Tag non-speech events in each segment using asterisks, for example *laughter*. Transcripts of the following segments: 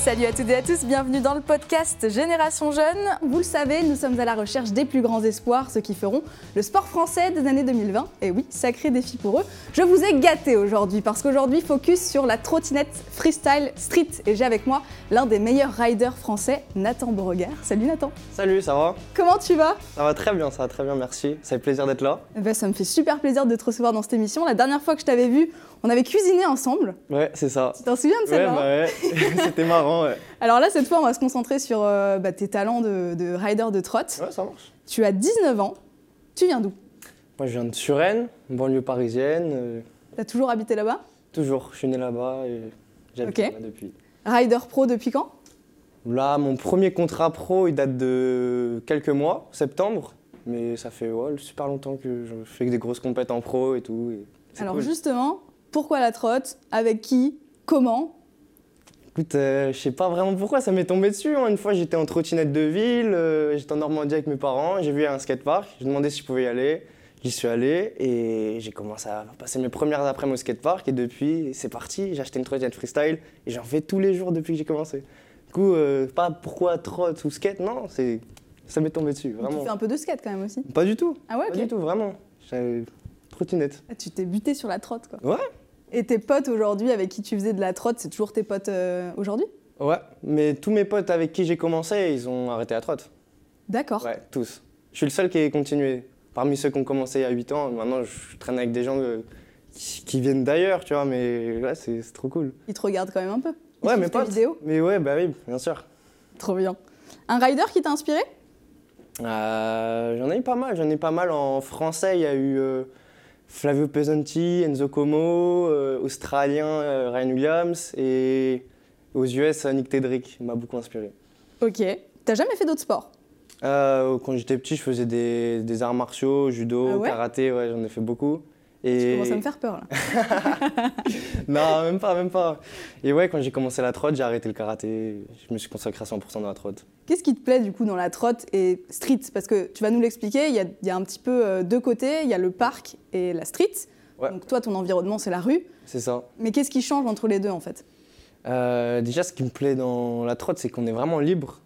Salut à toutes et à tous, bienvenue dans le podcast Génération Jeune. Vous le savez, nous sommes à la recherche des plus grands espoirs, ceux qui feront le sport français des années 2020. Et oui, sacré défi pour eux. Je vous ai gâté aujourd'hui parce qu'aujourd'hui, focus sur la trottinette freestyle street. Et j'ai avec moi l'un des meilleurs riders français, Nathan Beauregard. Salut Nathan. Salut, ça va Comment tu vas Ça va très bien, ça va très bien, merci. Ça fait plaisir d'être là. Eh ben, Ça me fait super plaisir de te recevoir dans cette émission. La dernière fois que je t'avais vu, on avait cuisiné ensemble. Ouais, c'est ça. Tu t'en souviens de ça Ouais, bah ouais, *laughs* c'était marrant, ouais. Alors là, cette fois, on va se concentrer sur euh, bah, tes talents de, de rider de trotte. Ouais, ça marche. Tu as 19 ans. Tu viens d'où Moi, je viens de Suresnes, banlieue parisienne. euh, T'as toujours habité là-bas toujours, je suis né là-bas et j'habite Ok. là depuis. Rider pro depuis quand Là, mon premier contrat pro, il date de quelques mois, septembre. Mais ça fait ouais, super longtemps que je fais que des grosses compètes en pro et tout. et c'est Alors cool. justement, pourquoi la trotte Avec qui Comment Écoute, euh, je sais pas vraiment pourquoi, ça m'est tombé dessus. hein. Une fois, j'étais en trottinette de ville, euh, j'étais en Normandie avec mes parents, j'ai vu un skatepark, j'ai demandé si je pouvais y aller. J'y suis allé et j'ai commencé à passer mes premières après-midi au skatepark. Et depuis, c'est parti, j'ai acheté une trottinette freestyle et j'en fais tous les jours depuis que j'ai commencé. Du coup, euh, pas pourquoi trotte ou skate, non, c'est ça m'est tombé dessus, Tu vraiment. fais un peu de skate quand même aussi. Pas du tout, Ah ouais, pas du ok. tout, vraiment. J'avais- Trottinette. Ah, Tu t'es buté sur la trotte quoi. Ouais. Et tes potes aujourd'hui avec qui tu faisais de la trotte, c'est toujours tes potes euh, aujourd'hui Ouais, mais tous mes potes avec qui j'ai commencé, ils ont arrêté la trotte. D'accord. Ouais, tous. Je suis le seul qui ait continué. Parmi ceux qui ont commencé il y a 8 ans, maintenant je traîne avec des gens euh, qui, qui viennent d'ailleurs, tu vois, mais ouais, c'est c'est trop cool. Ils te regardent quand même un peu. Ils Ouais, suivent mes tes potes. vidéos. Mais ouais, bah oui, bien sûr. Trop bien. Un rider qui t'a inspiré Euh, j'en ai eu pas mal, j'en ai pas mal en français. Il y a eu euh, Flavio Pesanti, Enzo Como, euh, australien euh, Ryan Williams et aux US euh, Nick Tedrick m'a beaucoup inspiré. Ok. T'as jamais fait d'autres sports Euh, quand j'étais petit, je faisais des, des arts martiaux, judo, Ah ouais karaté, ouais, j'en ai fait beaucoup. Et... Tu commences à me faire peur là. Non, même pas, même pas. Et ouais, quand j'ai commencé la trotte, j'ai arrêté le karaté. Je me suis consacré à 100% dans la trotte. Qu'est-ce qui te plaît du coup dans la trotte et street Parce que tu vas nous l'expliquer, il y, a- il y a un petit peu euh, deux côtés, il y a le parc et la street. Ouais. Donc toi, ton environnement, c'est la rue. C'est ça. Mais qu'est-ce qui change entre les deux en fait Euh, déjà, ce qui me plaît dans la trotte, c'est qu'on est vraiment libre.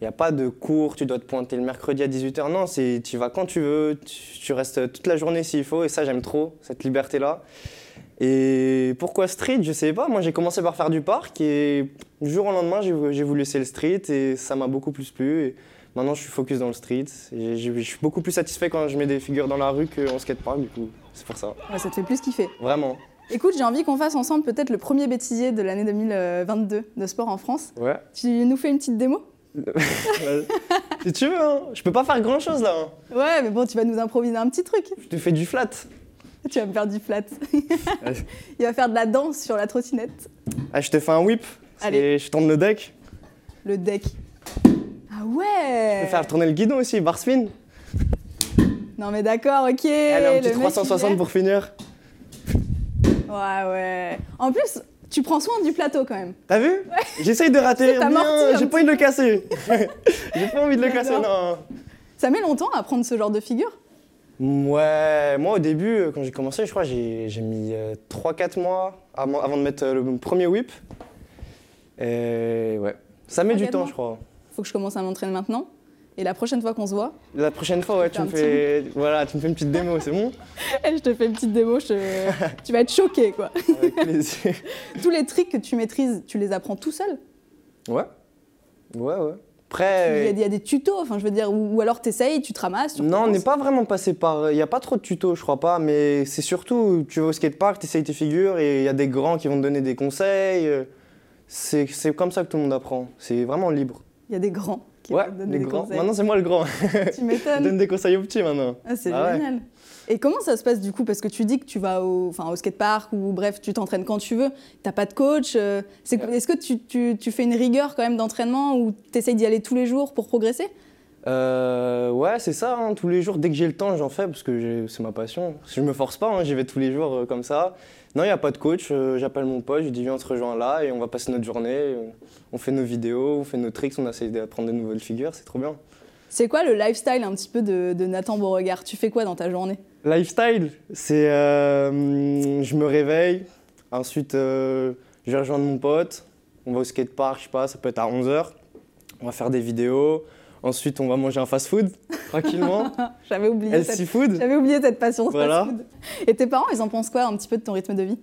Il n'y a pas de cours, tu dois te pointer le mercredi à 18h. Non, c'est tu vas quand tu veux, tu, tu restes toute la journée s'il faut. Et ça, j'aime trop, cette liberté-là. Et pourquoi street Je sais pas. Moi, j'ai commencé par faire du parc et du jour au lendemain, j'ai vou- j'ai voulu laisser le street et ça m'a beaucoup plus plu. Et maintenant, je suis focus dans le street. Et j'ai- Je suis beaucoup plus satisfait quand je mets des figures dans la rue qu'en skatepark, du coup. C'est pour ça. Ouais, Ça te fait plus kiffer. Vraiment. Écoute, j'ai envie qu'on fasse ensemble peut-être le premier bêtisier de l'année 2022 de sport en France. Ouais. Tu nous fais une petite démo *laughs* si tu veux, hein. je peux pas faire grand chose là. hein. Ouais, mais bon, tu vas nous improviser un petit truc. Je te fais du flat. Tu vas me faire du flat. *laughs* Il va faire de la danse sur la trottinette. Ah, je te fais un whip. Allez. Et je tourne le deck. Le deck. Ah Je ouais peux faire tourner le guidon aussi, bar spin. Non mais d'accord, ok. Allez, un petit Eh, le mec, il est- 360 pour finir. Ouais, ouais. En plus, tu prends soin du plateau quand même. T'as vu J'essaye de rater. T'as bien, morti un J'ai pas envie de le casser. *laughs* J'ai pas envie de le J'adore. casser, non. Ça met longtemps à prendre ce genre de figure. Ouais, moi au début, euh, quand j'ai commencé, je crois j'ai j'ai mis 3-4 mois avant avant de mettre euh, le premier whip. Et ouais. Ça met du 3-4 temps, mois. je crois. Faut que je commence à m'entraîner maintenant. Et la prochaine fois qu'on se voit, *laughs* La prochaine fois, ouais, te fais tu me un fais. Voilà, tu me fais une petite démo, c'est *laughs* bon je te fais une petite démo, je *laughs* te- tu vas être choqué quoi. Avec plaisir. Tous les tricks que tu maîtrises, tu les apprends tout seul Ouais. Ouais, ouais. Il y a- Après. il y, a des tutos, enfin je veux dire, ou, ou alors t'essayes, tu te ramasses. tu Non, on n'est recommences. pas vraiment passé par. Il n'y a pas trop de tutos, je crois pas, mais c'est surtout, tu vas au skatepark, tu essayes tes figures et il y a des grands qui vont te donner des conseils. euh, C'est c'est comme ça que tout le monde apprend. C'est vraiment libre. Il y a des grands qui vont te donner les des grands. conseils. Maintenant, c'est moi le *laughs* grand. tu Je *laughs* donne m'étonnes. des conseils aux petits maintenant. Ah, c'est Ah ouais. génial. Et comment ça se passe du coup Parce que tu dis que tu vas au, enfin, au skatepark ou bref, tu t'entraînes quand tu veux, t'as pas de coach. euh, c'est- Est-ce Ouais. que tu, tu- tu fais une rigueur quand même d'entraînement ou t'essayes d'y aller tous les jours pour progresser Euh, ouais, c'est ça. hein, Tous les jours, dès que j'ai le temps, j'en fais parce que j'ai- c'est ma passion. Je me force pas, hein, j'y vais tous les jours euh, comme ça. Non, il n'y a pas de coach. euh, J'appelle mon pote, je lui dis viens, on se rejoint là et on va passer notre journée. euh, On fait nos vidéos, on fait nos tricks, on essaie d'apprendre de nouvelles figures. C'est trop bien. C'est quoi le lifestyle un petit peu de, de Nathan Beauregard Tu fais quoi dans ta journée Lifestyle, c'est euh, je me réveille, ensuite euh, je vais rejoindre mon pote, on va au skatepark, je sais pas, ça peut être à 11h, on va faire des vidéos, ensuite on va manger un fast-food, *laughs* tranquillement, J'avais oublié, cette... healthy food. J'avais oublié cette passion. ce Voilà. fast-food. Et tes parents, ils en pensent quoi un petit peu de ton rythme de vie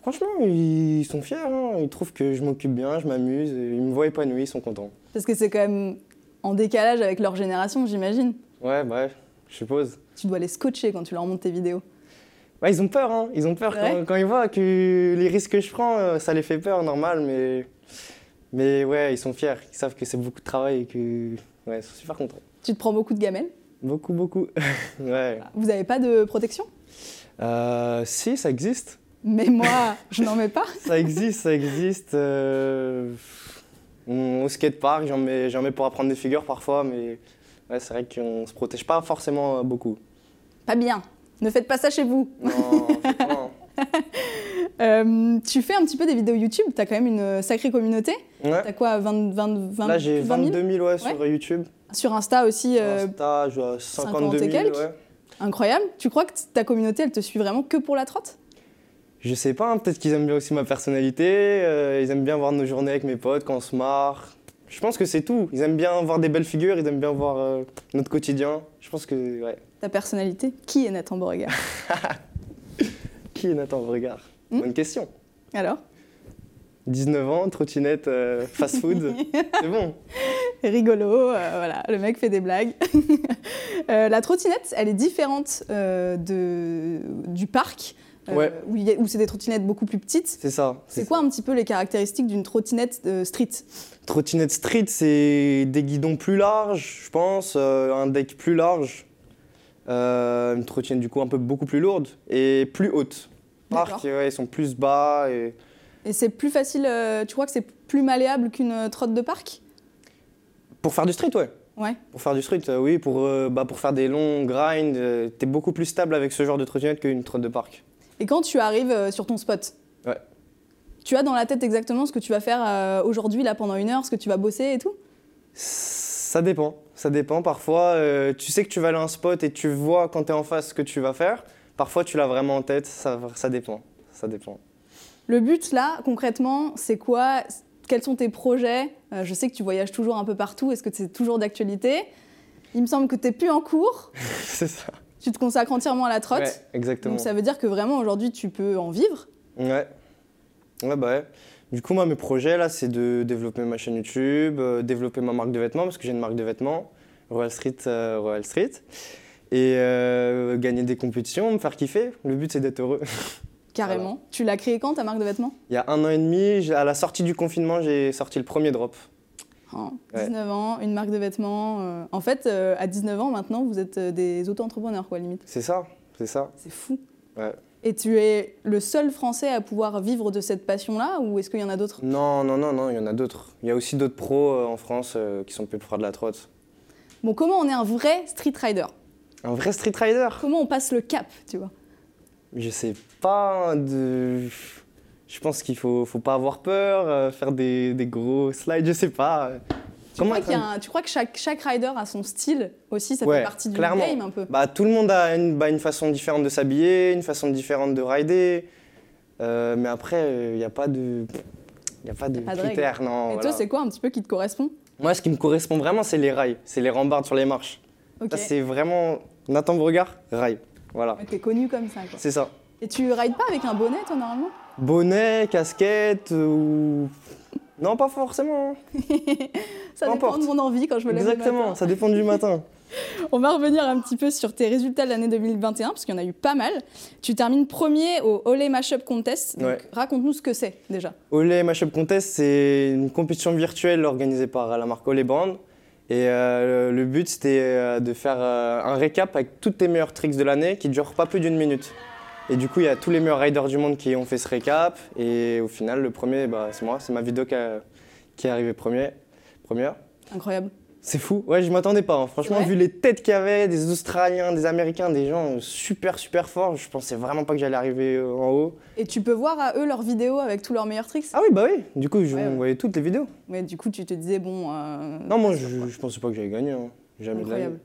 Franchement, ils sont fiers, hein, ils trouvent que je m'occupe bien, je m'amuse, et ils me voient épanoui, ils sont contents. Parce que c'est quand même en décalage avec leur génération, j'imagine. Ouais, bref, je suppose. Tu dois les scotcher quand tu leur montes tes vidéos. Ouais, ils ont peur, hein. Ils ont peur Ouais. quand, quand ils voient que les risques que je prends, euh, ça les fait peur, normal, mais. Mais ouais, ils sont fiers. Ils savent que c'est beaucoup de travail et que. Ouais, ils sont super contents. Tu te prends beaucoup de gamelles. Beaucoup, beaucoup. *laughs* ouais. Vous n'avez pas de protection Euh, si, ça existe. Mais moi, je n'en mets pas. Ça existe, ça existe. euh, on- Au skatepark, j'en mets, j'en mets pour apprendre des figures parfois, mais. Ouais, c'est vrai qu'on se protège pas forcément euh, beaucoup. Pas bien. Ne faites pas ça chez vous. Non, *laughs* non. Euh, tu fais un petit peu des vidéos YouTube. T'as quand même une sacrée communauté. Ouais. T'as quoi 20, 20, 20, Là, j'ai 20 000 22 000 ouais, sur YouTube. Sur Insta aussi, Sur euh, Insta, je dois à 50 et 52 000. quelques. ouais. incroyable. Tu crois que t- ta communauté, elle te suit vraiment que pour la trotte Je sais pas, hein, peut-être qu'ils aiment bien aussi ma personnalité, euh, ils aiment bien voir nos journées avec mes potes quand on se marre. Je pense que c'est tout. Ils aiment bien voir des belles figures, ils aiment bien voir euh, notre quotidien. Je pense que, ouais. Ta personnalité Qui est Nathan Beauregard Qui est Nathan Regard Hmm Bonne question. Alors 19 ans, trottinette, euh, *laughs* fast food, c'est bon. rigolo, euh, voilà, le mec fait des blagues. *laughs* Euh, la trottinette, elle est différente euh, de, du parc, euh, Ouais. où, il y a- où c'est des trottinettes beaucoup plus petites. C'est ça. C'est quoi un petit peu les caractéristiques d'une trottinette euh, street Trottinette street, c'est des guidons plus larges, je pense, euh, un deck plus large, euh, une trottinette du coup un peu beaucoup plus lourde et plus haute. D'accord. Parc, ouais, ils sont plus bas et Et c'est plus facile, euh, tu crois que c'est plus malléable qu'une euh, trotte de parc pour faire du street, ouais. Ouais. Pour faire du street, euh, oui, pour, euh, bah, pour faire des longs grinds, euh, t'es beaucoup plus stable avec ce genre de trottinette qu'une trotte de parc. Et quand tu arrives euh, sur ton spot Ouais. Tu as dans la tête exactement ce que tu vas faire euh, aujourd'hui, là, pendant une heure, ce que tu vas bosser et tout Ça dépend, ça dépend. Parfois, euh, tu sais que tu vas aller à un spot et tu vois quand t'es en face ce que tu vas faire. Parfois, tu l'as vraiment en tête, ça, ça dépend, ça dépend. *laughs* Le but là, concrètement, c'est quoi Quels sont tes projets Euh, Je sais que tu voyages toujours un peu partout. Est-ce que c'est toujours d'actualité Il me semble que t'es plus en cours. C'est ça. Tu te consacres entièrement à la trotte. Ouais, exactement. Donc ça veut dire que vraiment aujourd'hui, tu peux en vivre. Ouais. Ouais, bah ouais. Du coup, moi, mes projets, là, c'est de développer ma chaîne YouTube, euh, développer ma marque de vêtements, parce que j'ai une marque de vêtements, Royal Street, euh, Royal Street, et euh, gagner des compétitions, me faire kiffer. Le but, c'est d'être heureux. *laughs* Carrément. Tu l'as créé quand ta marque de vêtements Il y a un an et demi, j'ai- à la sortie du confinement, j'ai sorti le premier drop. Hein, Ouais. 19 ans, une marque de vêtements. euh, En fait, euh, à 19 ans maintenant, vous êtes euh, des auto-entrepreneurs, quoi, limite. C'est ça, c'est ça. C'est fou. Ouais. Et tu es le seul Français à pouvoir vivre de cette passion-là, ou est-ce qu'il y en a d'autres Non, non, non, non, il y en a d'autres. Il y a aussi d'autres pros euh, en France euh, qui sont plus pour faire de la trotte. Bon, comment on est un vrai street rider Un vrai street rider Comment on passe le cap, tu vois Je sais pas. hein, De... Je pense qu'il faut, faut pas avoir peur, euh, faire des, des gros slides, je sais pas. Euh, Tu crois, qu'il y a un- tu crois que chaque, chaque rider a son style aussi Ça fait Ouais, partie du clairement. game un peu. bah, tout le monde a une, bah, une façon différente de s'habiller, une façon différente de rider. Euh, mais après, il n'y a pas de. Il a pas de pas de critères, non. Et voilà. toi, c'est quoi un petit peu qui te correspond Moi, ce qui me correspond vraiment, c'est les rails, c'est les rambardes sur les marches. Ok. Ça, c'est vraiment. Nathan Bregard, rail. Voilà, Ouais, T'es connu comme ça. Quoi. c'est ça. Et tu rides pas avec un bonnet, toi, normalement Bonnet, casquette euh, ou. Non, pas forcément. hein. Ça Peu dépend importe. de mon envie quand je me lève. le Exactement, matin. ça *laughs* dépend du matin. On va revenir un petit peu sur tes résultats de l'année 2021, parce qu'il y en a eu pas mal. Tu termines premier au Olé Mashup Contest. Donc, Ouais. raconte-nous ce que c'est déjà. Olé Mashup Contest, c'est une compétition virtuelle organisée par la marque Olé Band. Et euh, le but, c'était euh, de faire euh, un récap avec toutes tes meilleurs tricks de l'année qui durent pas plus d'une minute. Et du coup, il y a tous les meilleurs riders du monde qui ont fait ce récap. Et au final, le premier, bah, c'est moi, c'est ma vidéo qui, a- qui est arrivée premier, première. Incroyable. C'est fou, ouais, je m'attendais pas. hein. Franchement, Ouais. vu les têtes qu'il y avait, des Australiens, des Américains, des gens euh, super, super forts, je pensais vraiment pas que j'allais arriver euh, en haut. Et tu peux voir à eux leurs vidéos avec tous leurs meilleurs tricks. Ah oui, bah oui, du coup, je Ouais, ouais. on voyait toutes les vidéos. Mais du coup, tu te disais, bon. euh, Non, moi, je, je pensais pas que j'allais gagner. hein. Jamais de la vie. Incroyable.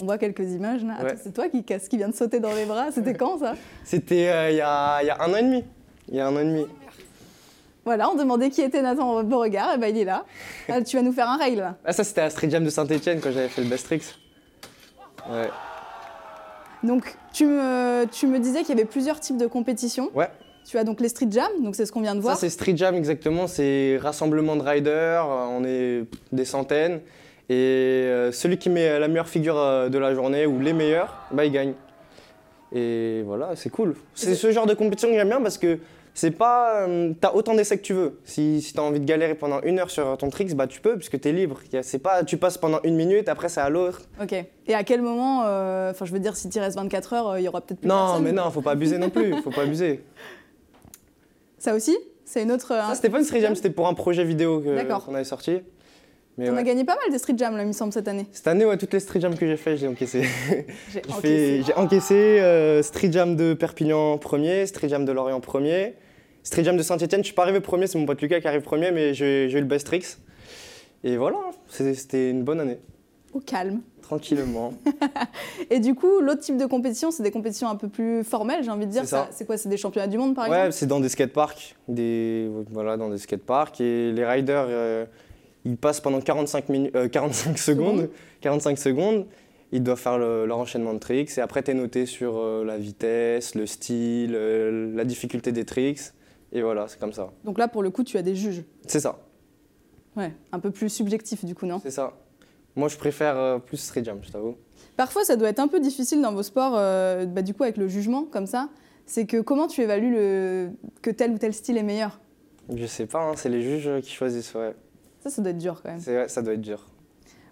On voit quelques images là. Attends, Ouais. c'est toi qui casse, qui vient de sauter dans les bras. C'était quand ça C'était euh, il y, a, il y a un an et demi. Il y a un an et demi. Voilà, on demandait qui était Nathan Beauregard, et ben il est là. Ah, tu vas nous faire un rail là. Ah, ça, c'était à la Street Jam de Saint-Etienne quand j'avais fait le Bastrix. Ouais. Donc tu me, tu me disais qu'il y avait plusieurs types de compétitions. Ouais. Tu as donc les street jams, donc c'est ce qu'on vient de Ça, voir. c'est Street Jam exactement. C'est rassemblement de riders. euh, On est des centaines. Et euh, celui qui met la meilleure figure euh, de la journée ou les meilleurs, bah, il gagne. Et voilà, c'est cool. C'est ce genre de compétition que j'aime bien parce que c'est pas. euh, T'as autant d'essais que tu veux. Si, si t'as envie de galérer pendant une heure sur ton tricks, bah tu peux puisque t'es libre. Y a- C'est pas. Tu passes pendant une minute, après c'est à l'autre. Ok. Et à quel moment, euh, enfin je veux dire, si tu restes 24 heures, euh, il y aura peut-être plus Non, personne. mais non, faut pas abuser non plus. Faut pas abuser. Ça aussi, c'est une autre. euh, Ça, c'était pas une street jam, c'était pour un projet vidéo que- D'accord. qu'on avait sorti. Mais On a ouais. gagné pas mal des street jams là, il me semble cette année. Cette année, ouais, toutes les street jams que j'ai fait, je les ai encaissées. J'ai J'ai encaissé. fait- j'ai encaissé euh, Street Jam de Perpignan premier, Street Jam de Lorient premier, Street Jam de Saint-Etienne. Je suis pas arrivé premier, c'est mon pote Lucas qui arrive premier, mais j'ai j'ai eu le best tricks. Et voilà, hein. c'est- c'était une bonne année, Au calme. tranquillement. Et du coup, l'autre type de compétition, c'est des compétitions un peu plus formelles, j'ai envie de dire. C'est ça. C'est quoi C'est des championnats du monde par ouais, exemple c'est dans des skateparks, des voilà, dans des skateparks et les riders euh, ils passent pendant 45 minutes 45 secondes, Secondes. 45 secondes, ils doivent faire le- leur enchaînement de tricks et après tu es noté sur euh, la vitesse, le style, euh, la difficulté des tricks et voilà, c'est comme ça. Donc là, pour le coup, tu as des juges. C'est ça, Ouais, un peu plus subjectif du coup, non c'est ça. Moi je préfère euh, plus street jam, je t'avoue. Parfois, ça doit être un peu difficile dans vos sports, euh, bah, du coup, avec le jugement comme ça. C'est que comment tu évalues le... que tel ou tel style est meilleur Je sais pas, hein, c'est les juges qui choisissent, ouais. Ça, ça doit être dur quand même. C'est- ouais, ça doit être dur.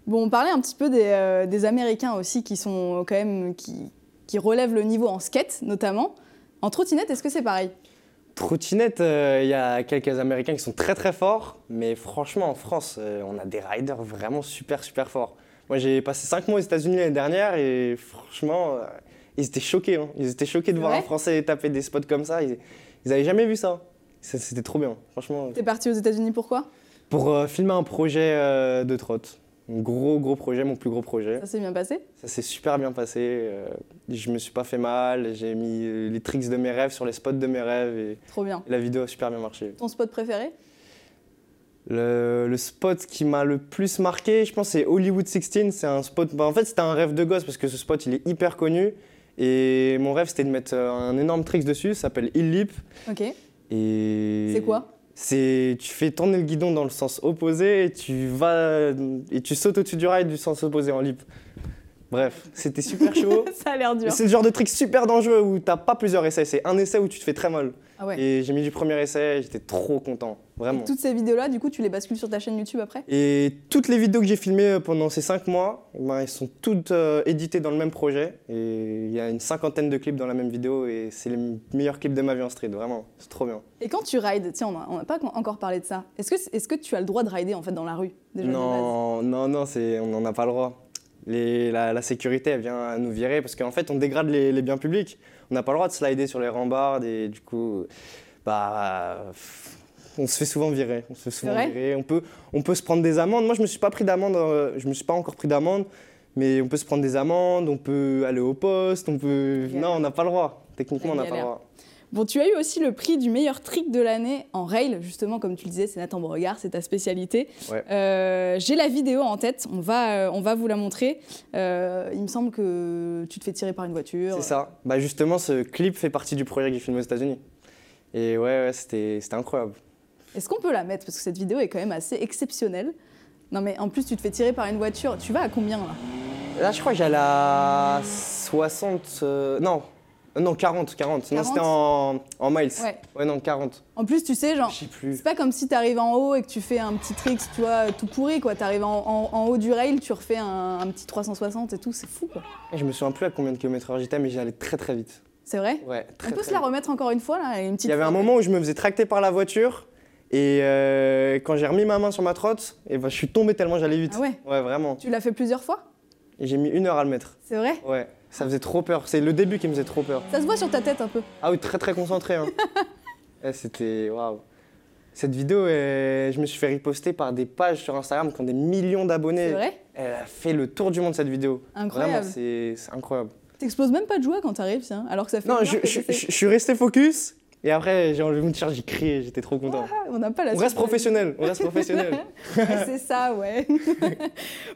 Bon, on parlait un petit peu des, euh, des Américains aussi qui sont euh, quand même qui, qui relèvent le niveau en skate notamment. En trottinette, est-ce que c'est pareil Trottinette, euh, il y a quelques Américains qui sont très très forts, mais franchement en France, euh, on a des riders vraiment super super forts. Moi j'ai passé 5 mois aux États-Unis l'année dernière et franchement, euh, ils étaient choqués. hein. Ils étaient choqués de voir Ouais. un Français taper des spots comme ça. Ils n'avaient jamais vu ça. Ça, C'était trop bien, franchement. T'es parti aux États-Unis pourquoi Pour euh, filmer un projet euh, de trotte, un gros gros projet, mon plus gros projet. Ça s'est bien passé. Ça s'est super bien passé. euh, je me suis pas fait mal. J'ai mis euh, les tricks de mes rêves sur les spots de mes rêves et Trop bien. la vidéo a super bien marché. Ton spot préféré Le, le spot qui m'a le plus marqué, je pense, c'est Hollywood 16. C'est un spot. bah, en fait, c'était un rêve de gosse parce que ce spot, il est hyper connu. Et mon rêve, c'était de mettre euh, un énorme trick dessus. Ça s'appelle Hill Leap. Ok. Et C'est quoi C'est tu fais tourner le guidon dans le sens opposé et tu vas et tu sautes au-dessus du rail du sens opposé en leap. Bref, *laughs* c'était super chaud. Ça a l'air Mais dur. C'est le genre de trick super dangereux où t'as pas plusieurs essais. C'est un essai où tu te fais très mal. Ah ouais. Et j'ai mis du premier essai. et J'étais trop content, vraiment. Et toutes ces vidéos-là, du coup, tu les bascules sur ta chaîne YouTube après Et toutes les vidéos que j'ai filmées euh, pendant ces 5 mois, eh ben, elles sont toutes euh, éditées dans le même projet. Et il y a une cinquantaine de clips dans la même vidéo et c'est les m- meilleurs clips de ma vie en street, vraiment. C'est trop bien. Et quand tu rides, tiens, on n'a pas con- encore parlé de ça. Est-ce que, est que tu as le droit de rider en fait dans la rue déjà de base non, non, non, c'est- on n'en a pas le droit. Les- la, la sécurité, elle vient nous virer parce qu'en fait, on dégrade les, les biens publics. On n'a pas le droit de slider sur les rambardes et du coup, bah, pff, on se fait souvent virer. On se fait souvent vrai virer. On peut, on peut se prendre des amendes. Moi, je me suis pas pris d'amende. euh, je me suis pas encore pris d'amende, mais on peut se prendre des amendes. On peut aller au poste. On peut. Galère. Non, on n'a pas le droit. Techniquement, on n'a pas le Galère. droit. Bon, tu as eu aussi le prix du meilleur trick de l'année en rail, justement, comme tu le disais, c'est Nathan Beauregard, c'est ta spécialité. Ouais. Euh, J'ai la vidéo en tête, on va, euh, on va vous la montrer. Euh, il me semble que tu te fais tirer par une voiture. C'est ça. Bah justement, ce clip fait partie du projet que j'ai filmé aux États-Unis. Et ouais, ouais, c'était c'était incroyable. Est-ce qu'on peut la mettre Parce que cette vidéo est quand même assez exceptionnelle. Non, mais en plus, tu te fais tirer par une voiture. Tu vas à combien là Là, je crois que j'allais à 60. euh, non, Euh, non, 40, 40. Non, 40? c'était en, en miles. Ouais. non, 40. En plus, tu sais, genre, Je sais C'est plus. pas comme si t'arrives en haut et que tu fais un petit trick, tu vois, tout pourri, quoi. T'arrives en, en, en haut du rail, tu refais un, un petit 360 et tout, c'est fou, quoi. Je me souviens plus à combien de kilomètres j'étais, mais j'allais très très vite. C'est vrai Ouais, très, On peut très se la vite. remettre encore une fois, là, et une petite... Il y avait un moment où je me faisais tracter par la voiture. Et euh, quand j'ai remis ma main sur ma trotte, et ben, je suis tombé tellement j'allais vite. Ah ouais Ouais, vraiment. Tu l'as fait plusieurs fois Et j'ai mis une heure à le mettre. C'est vrai Ouais, ça faisait trop peur. C'est le début qui me faisait trop peur. Ça se voit sur ta tête, un peu. Ah oui, très très concentré. *laughs* Hein. Eh, C'était waouh. Cette vidéo, euh, je me suis fait riposter par des pages sur Instagram qui ont des millions C'est d'abonnés. vrai Elle a fait le tour du monde cette vidéo. Incroyable. Vraiment, c'est c'est incroyable. T'exploses même pas de joie quand t'arrives, tiens, alors que ça fait... Non, une je, heure que je- t'essaies. je- je suis resté focus Et après, j'ai enlevé mon t-shirt, j'ai crié, j'étais trop content. Ah, On n'a pas la on reste professionnel, on reste *laughs* professionnel. Ouais, c'est ça, *laughs* ouais.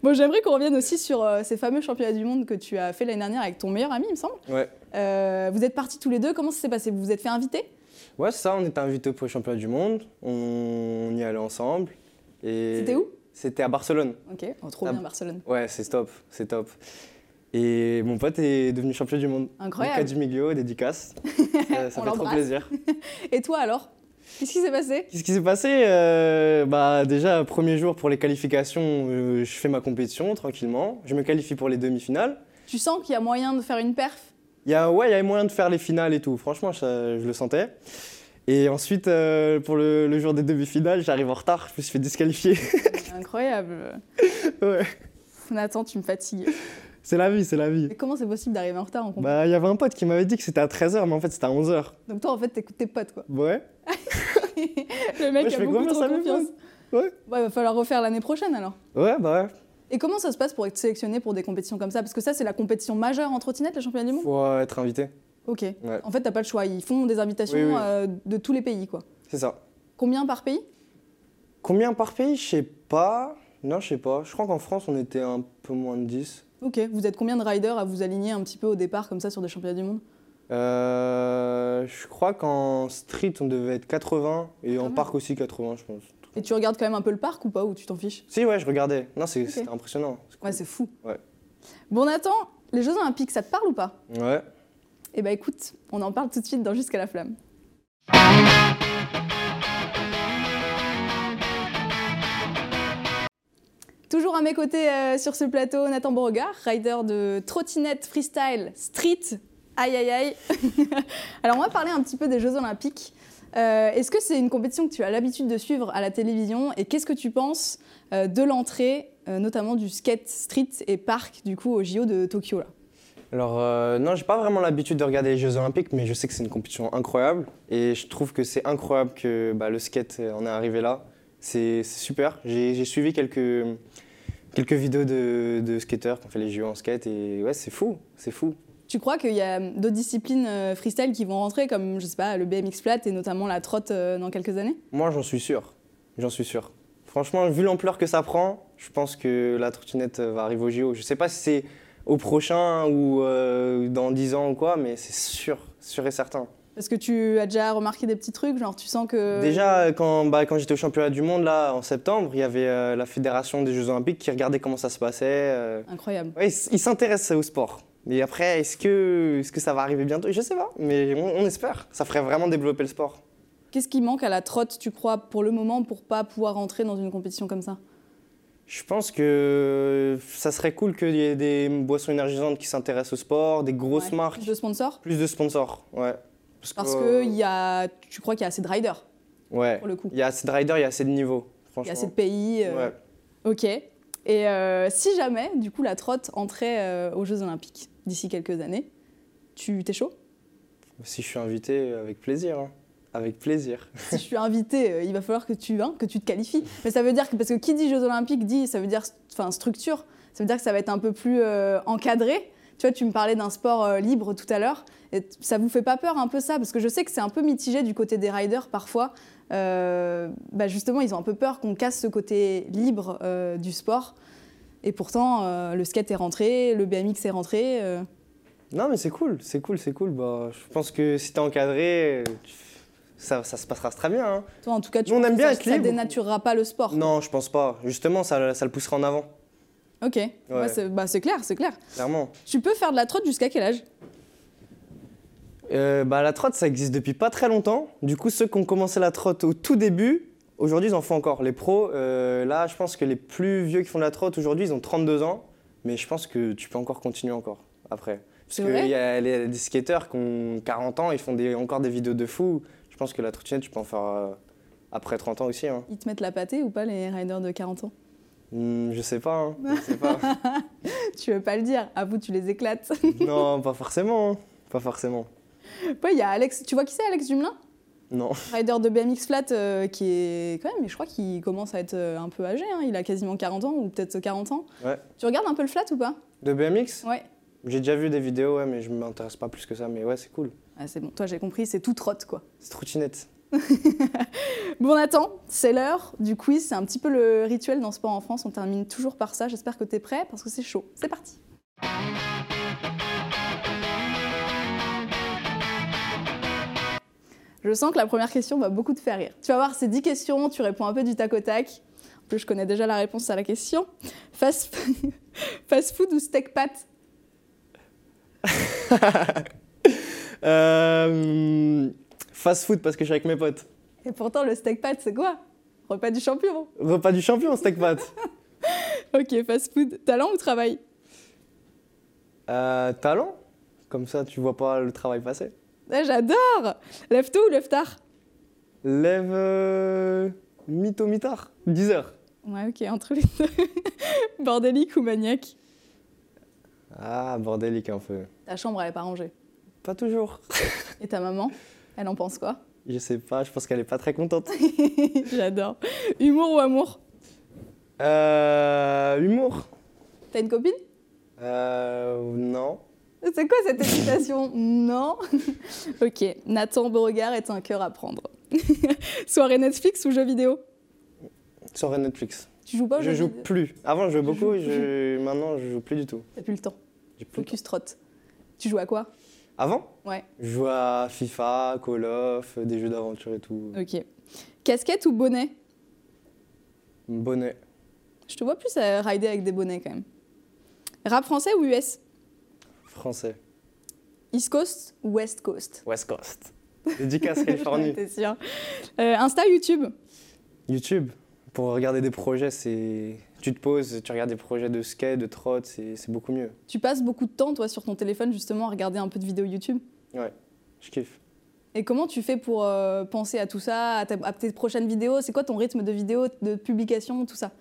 bon, j'aimerais qu'on revienne aussi sur euh, ces fameux championnats du monde que tu as fait l'année dernière avec ton meilleur ami, il me semble. Ouais. Euh, vous êtes partis tous les deux, comment ça s'est passé Vous vous êtes fait inviter Ouais, c'est ça, on était invités pour les championnats du monde, on y allait ensemble. et- C'était où C'était à Barcelone. Ok, on trop Ah bien bon. Barcelone. Ouais, c'est top, c'est top. Et mon pote est devenu champion du monde. Incroyable. Luca Di *laughs* Miglio, dédicace. Euh, ça On fait trop l'embrasse. plaisir. Et toi alors Qu'est-ce qui s'est passé Qu'est-ce qui s'est passé Euh, Bah déjà premier jour pour les qualifications, euh, je fais ma compétition tranquillement. Je me qualifie pour les demi-finales. Tu sens qu'il y a moyen de faire une perf Il y a ouais, il y avait moyen de faire les finales et tout. Franchement, ça, je le sentais. Et ensuite euh, pour le, le jour des demi-finales, j'arrive en retard. Je me suis fait disqualifier. *laughs* Incroyable. Ouais. Nathan, tu me *laughs* fatigues. C'est la vie, c'est la vie. Mais comment c'est possible d'arriver en retard en compétition Bah il y avait un pote qui m'avait dit que c'était à 13h, mais en fait c'était à 11h. Donc toi en fait t'écoutes tes potes quoi. *laughs* Ouais. Le mec Ouais, je a fais beaucoup confiance trop à mes confiance. Ouais. Ouais, va falloir refaire l'année prochaine alors. Ouais, bah ouais. Et comment ça se passe pour être sélectionné pour des compétitions comme ça Parce que ça, c'est la compétition majeure en trottinette, les championnats du monde Faut euh, être invité. Ok. Ouais. En fait, t'as pas le choix. Ils font des invitations Oui, oui. euh, de tous les pays, quoi. C'est ça. Combien par pays Combien par pays Je sais pas. Non, je sais pas. Je crois qu'en France, on était un peu moins de 10. Ok. Vous êtes combien de riders à vous aligner un petit peu au départ, comme ça, sur des championnats du monde Euh, je crois qu'en street, on devait être 80 et en même. parc aussi 80, je pense. Et tu regardes quand même un peu le parc ou pas Ou tu t'en fiches Si, ouais, je regardais. Non, c'est- Ok. c'était impressionnant. C'est cool. Ouais, c'est fou. Ouais. Bon, Nathan, les Jeux Olympiques, ça te parle ou pas Ouais. Eh ben écoute, on en parle tout de suite dans Jusqu'à la flamme. Toujours à mes côtés euh, sur ce plateau, Nathan Beauregard, rider de trottinette freestyle street. Aïe aïe aïe. *laughs* Alors on va parler un petit peu des Jeux Olympiques. Euh, Est-ce que c'est une compétition que tu as l'habitude de suivre à la télévision et qu'est-ce que tu penses euh, de l'entrée, euh, notamment du skate street et park du coup au JO de Tokyo là Alors, euh, non, j'ai pas vraiment l'habitude de regarder les Jeux Olympiques, mais je sais que c'est une compétition incroyable. Et je trouve que c'est incroyable que bah, le skate euh, en est arrivé là. C'est c'est super. J'ai j'ai suivi quelques, quelques vidéos de, de skateurs qui ont fait les JO en skate. Et ouais, c'est fou. C'est fou. Tu crois qu'il y a d'autres disciplines euh, freestyle qui vont rentrer, comme je sais pas le BMX flat et notamment la trotte euh, dans quelques années Moi, j'en suis sûr. J'en suis sûr. Franchement, vu l'ampleur que ça prend, je pense que la trottinette euh, va arriver au JO. Je sais pas si c'est au prochain ou euh, dans 10 ans ou quoi, mais c'est sûr, sûr et certain. Parce que tu as déjà remarqué des petits trucs, genre tu sens que Déjà, euh, quand, bah, quand j'étais au championnat du monde, là, en septembre, il y avait euh, la fédération des Jeux Olympiques qui regardait comment ça se passait. euh. incroyable. Ouais, ils s- ils s'intéressent au sport. Mais après, est-ce que, est que ça va arriver bientôt Je sais pas, mais on, on espère. Ça ferait vraiment développer le sport. Qu'est-ce qui manque à la trotte, tu crois, pour le moment, pour pas pouvoir rentrer dans une compétition comme ça Je pense que ça serait cool qu'il y ait des boissons énergisantes qui s'intéressent au sport, des grosses Ouais. marques, De sponsors plus de sponsors. Ouais. Parce euh, que il y a, tu crois qu'il y a assez de riders ouais. pour le coup, Il y a assez de riders, il y a assez de niveaux. il y Franchement. a assez de pays. euh, Ouais. Ok. Et euh, si jamais, du coup, la trotte entrait euh, aux Jeux Olympiques d'ici quelques années, tu t'es chaud Si je suis invité, avec plaisir. hein. Avec plaisir. *laughs* si je suis invitée, euh, il va falloir que tu, hein, que tu te qualifies. Mais ça veut dire que, parce que qui dit Jeux Olympiques dit, ça veut dire enfin, structure, ça veut dire que ça va être un peu plus euh, encadré. Tu vois, tu me parlais d'un sport euh, libre tout à l'heure. Et t- Ça vous fait pas peur un peu ça Parce que je sais que c'est un peu mitigé du côté des riders parfois. Euh, bah, justement, ils ont un peu peur qu'on casse ce côté libre euh, du sport. Et pourtant, euh, le skate est rentré, le BMX est rentré. euh, Non, mais c'est cool, c'est cool, c'est cool. Bah, je pense que si t'es encadré, tu- ça, ça se passera très bien. hein. Toi, en tout cas, tu Nous, on penses aime que bien ça, être ça libre. dénaturera pas le sport. Non, je pense pas. Justement, ça, ça le poussera en avant, Ok, Ouais, c'est bah, c'est clair, c'est clair. clairement. Tu peux faire de la trotte jusqu'à quel âge Euh, bah, la trotte, ça existe depuis pas très longtemps. Du coup, ceux qui ont commencé la trotte au tout début, aujourd'hui, ils en font encore. Les pros, euh, là, je pense que les plus vieux qui font de la trotte aujourd'hui, ils ont 32 ans. Mais je pense que tu peux encore continuer encore après. C'est Parce vrai qu'il y a les- des skateurs qui ont 40 ans, ils font des- encore des vidéos de fou. Je pense que la trottinette, tu peux en faire euh, après 30 ans aussi. hein. Ils te mettent la pâtée ou pas les riders de 40 ans *laughs* Hmm, je sais pas, hein. je sais pas. Tu veux pas le dire, à vous tu les éclates. *laughs* non, pas forcément, hein. pas forcément. ouais, il y a Alex, tu vois qui c'est Alex Dumoulin Non, Rider de BMX Flat euh, qui est quand même, je crois qu'il commence à être euh, un peu âgé, hein. il a quasiment 40 ans ou peut-être 40 ans. Ouais. Tu regardes un peu le flat ou pas de BMX Ouais. J'ai déjà vu des vidéos, ouais, mais je m'intéresse pas plus que ça. Mais ouais, c'est cool. Ah, c'est bon, toi j'ai compris, c'est tout trotte quoi. C'est trottinette. Bon Nathan, c'est l'heure du quiz, c'est un petit peu le rituel dans Sport en France, on termine toujours par ça, j'espère que t'es prêt parce que c'est chaud. C'est parti Je sens que la première question va beaucoup te faire rire. Tu vas voir, c'est 10 questions, tu réponds un peu du tac au tac. En plus, je connais déjà la réponse à la question. Fast, *laughs* fast food ou steak pâte Euh, fast food parce que je suis avec mes potes. Et pourtant, le steak pâte, c'est quoi Repas du champion. Repas du champion, steak pâte. Ok, fast food. Talent ou travail Euh, talent Comme ça, tu vois pas le travail passer. Ah, J'adore Lève-tôt ou lève-tard Lève. euh, mytho mitard. 10 heures. Ouais, ok, entre les deux. *laughs* Bordélique ou maniaque Ah, bordélique un peu. Ta chambre, elle est pas rangée. Pas toujours. Et ta maman Elle en pense quoi *laughs* Je sais pas, je pense qu'elle est pas très contente. J'adore. Humour ou amour *laughs* Euh, humour T'as une copine Euh. Non. C'est quoi cette hésitation Non *laughs* Ok, Nathan Beauregard est un cœur à prendre. *laughs* Soirée Netflix ou jeux vidéo Soirée Netflix. Tu joues pas aux Je jeux joue vidéo plus. Avant, je jouais beaucoup. joue- Je... Maintenant, je joue plus du tout. T'as plus le temps. J'ai plus le temps. Focus trotte. Tu joues à quoi Avant Ouais. Je jouais à FIFA, Call of, des jeux d'aventure et tout. Ok. Casquette ou bonnet Bonnet. Je te vois plus à rider avec des bonnets quand même. Rap français ou US Français. East Coast ou West Coast West Coast. *laughs* Dédicace Californie. T'es sûr Euh, Insta, YouTube YouTube, pour regarder des projets, c'est. Tu te poses, tu regardes des projets de skate, de trot, c'est c'est beaucoup mieux. Tu passes beaucoup de temps, toi, sur ton téléphone, justement, à regarder un peu de vidéos YouTube. Je kiffe. Et comment tu fais pour euh, penser à tout ça, à, ta- à tes prochaines vidéos C'est quoi ton rythme de vidéos, de publication, tout ça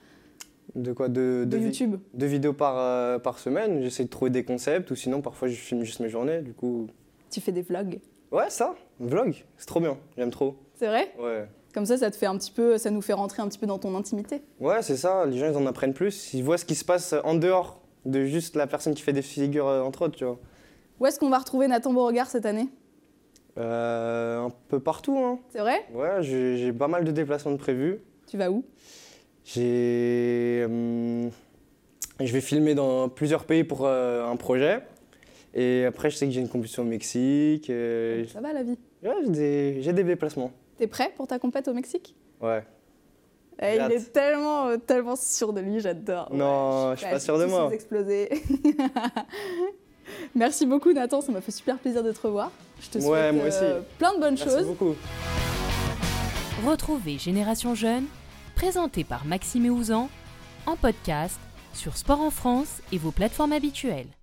De quoi De, De vi- YouTube Deux vidéos par, euh, par semaine, j'essaie de trouver des concepts, ou sinon parfois je filme juste mes journées, du coup. Tu fais des vlogs Ouais, ça, vlog, c'est trop bien, j'aime trop. C'est vrai Ouais. Comme ça, ça te fait un petit peu, ça nous fait rentrer un petit peu dans ton intimité. Ouais, c'est ça, les gens ils en apprennent plus, ils voient ce qui se passe en dehors de juste la personne qui fait des figures euh, entre autres, tu vois. Où est-ce qu'on va retrouver Nathan Beauregard cette année Euh, un peu partout, hein. C'est vrai Ouais, j'ai j'ai pas mal de déplacements de prévus. Tu vas où J'ai. hum, je vais filmer dans plusieurs pays pour euh, un projet. Et après, je sais que j'ai une compétition au Mexique. euh, Ça va la vie ouais, j'ai des, j'ai des déplacements. T'es prêt pour ta compète au Mexique Ouais. Eh, J'ai Il est hâte. tellement, euh, tellement sûr de lui, j'adore. non, Ouais, je suis pas sûr de tous moi. sont explosés. *laughs* Merci beaucoup Nathan, ça m'a fait super plaisir de te revoir. Je te Ouais, souhaite moi aussi. euh, plein de bonnes Merci choses. beaucoup. Retrouvez Génération Jeune, présenté par Maxime et Ouzan, en podcast sur Sport en France et vos plateformes habituelles.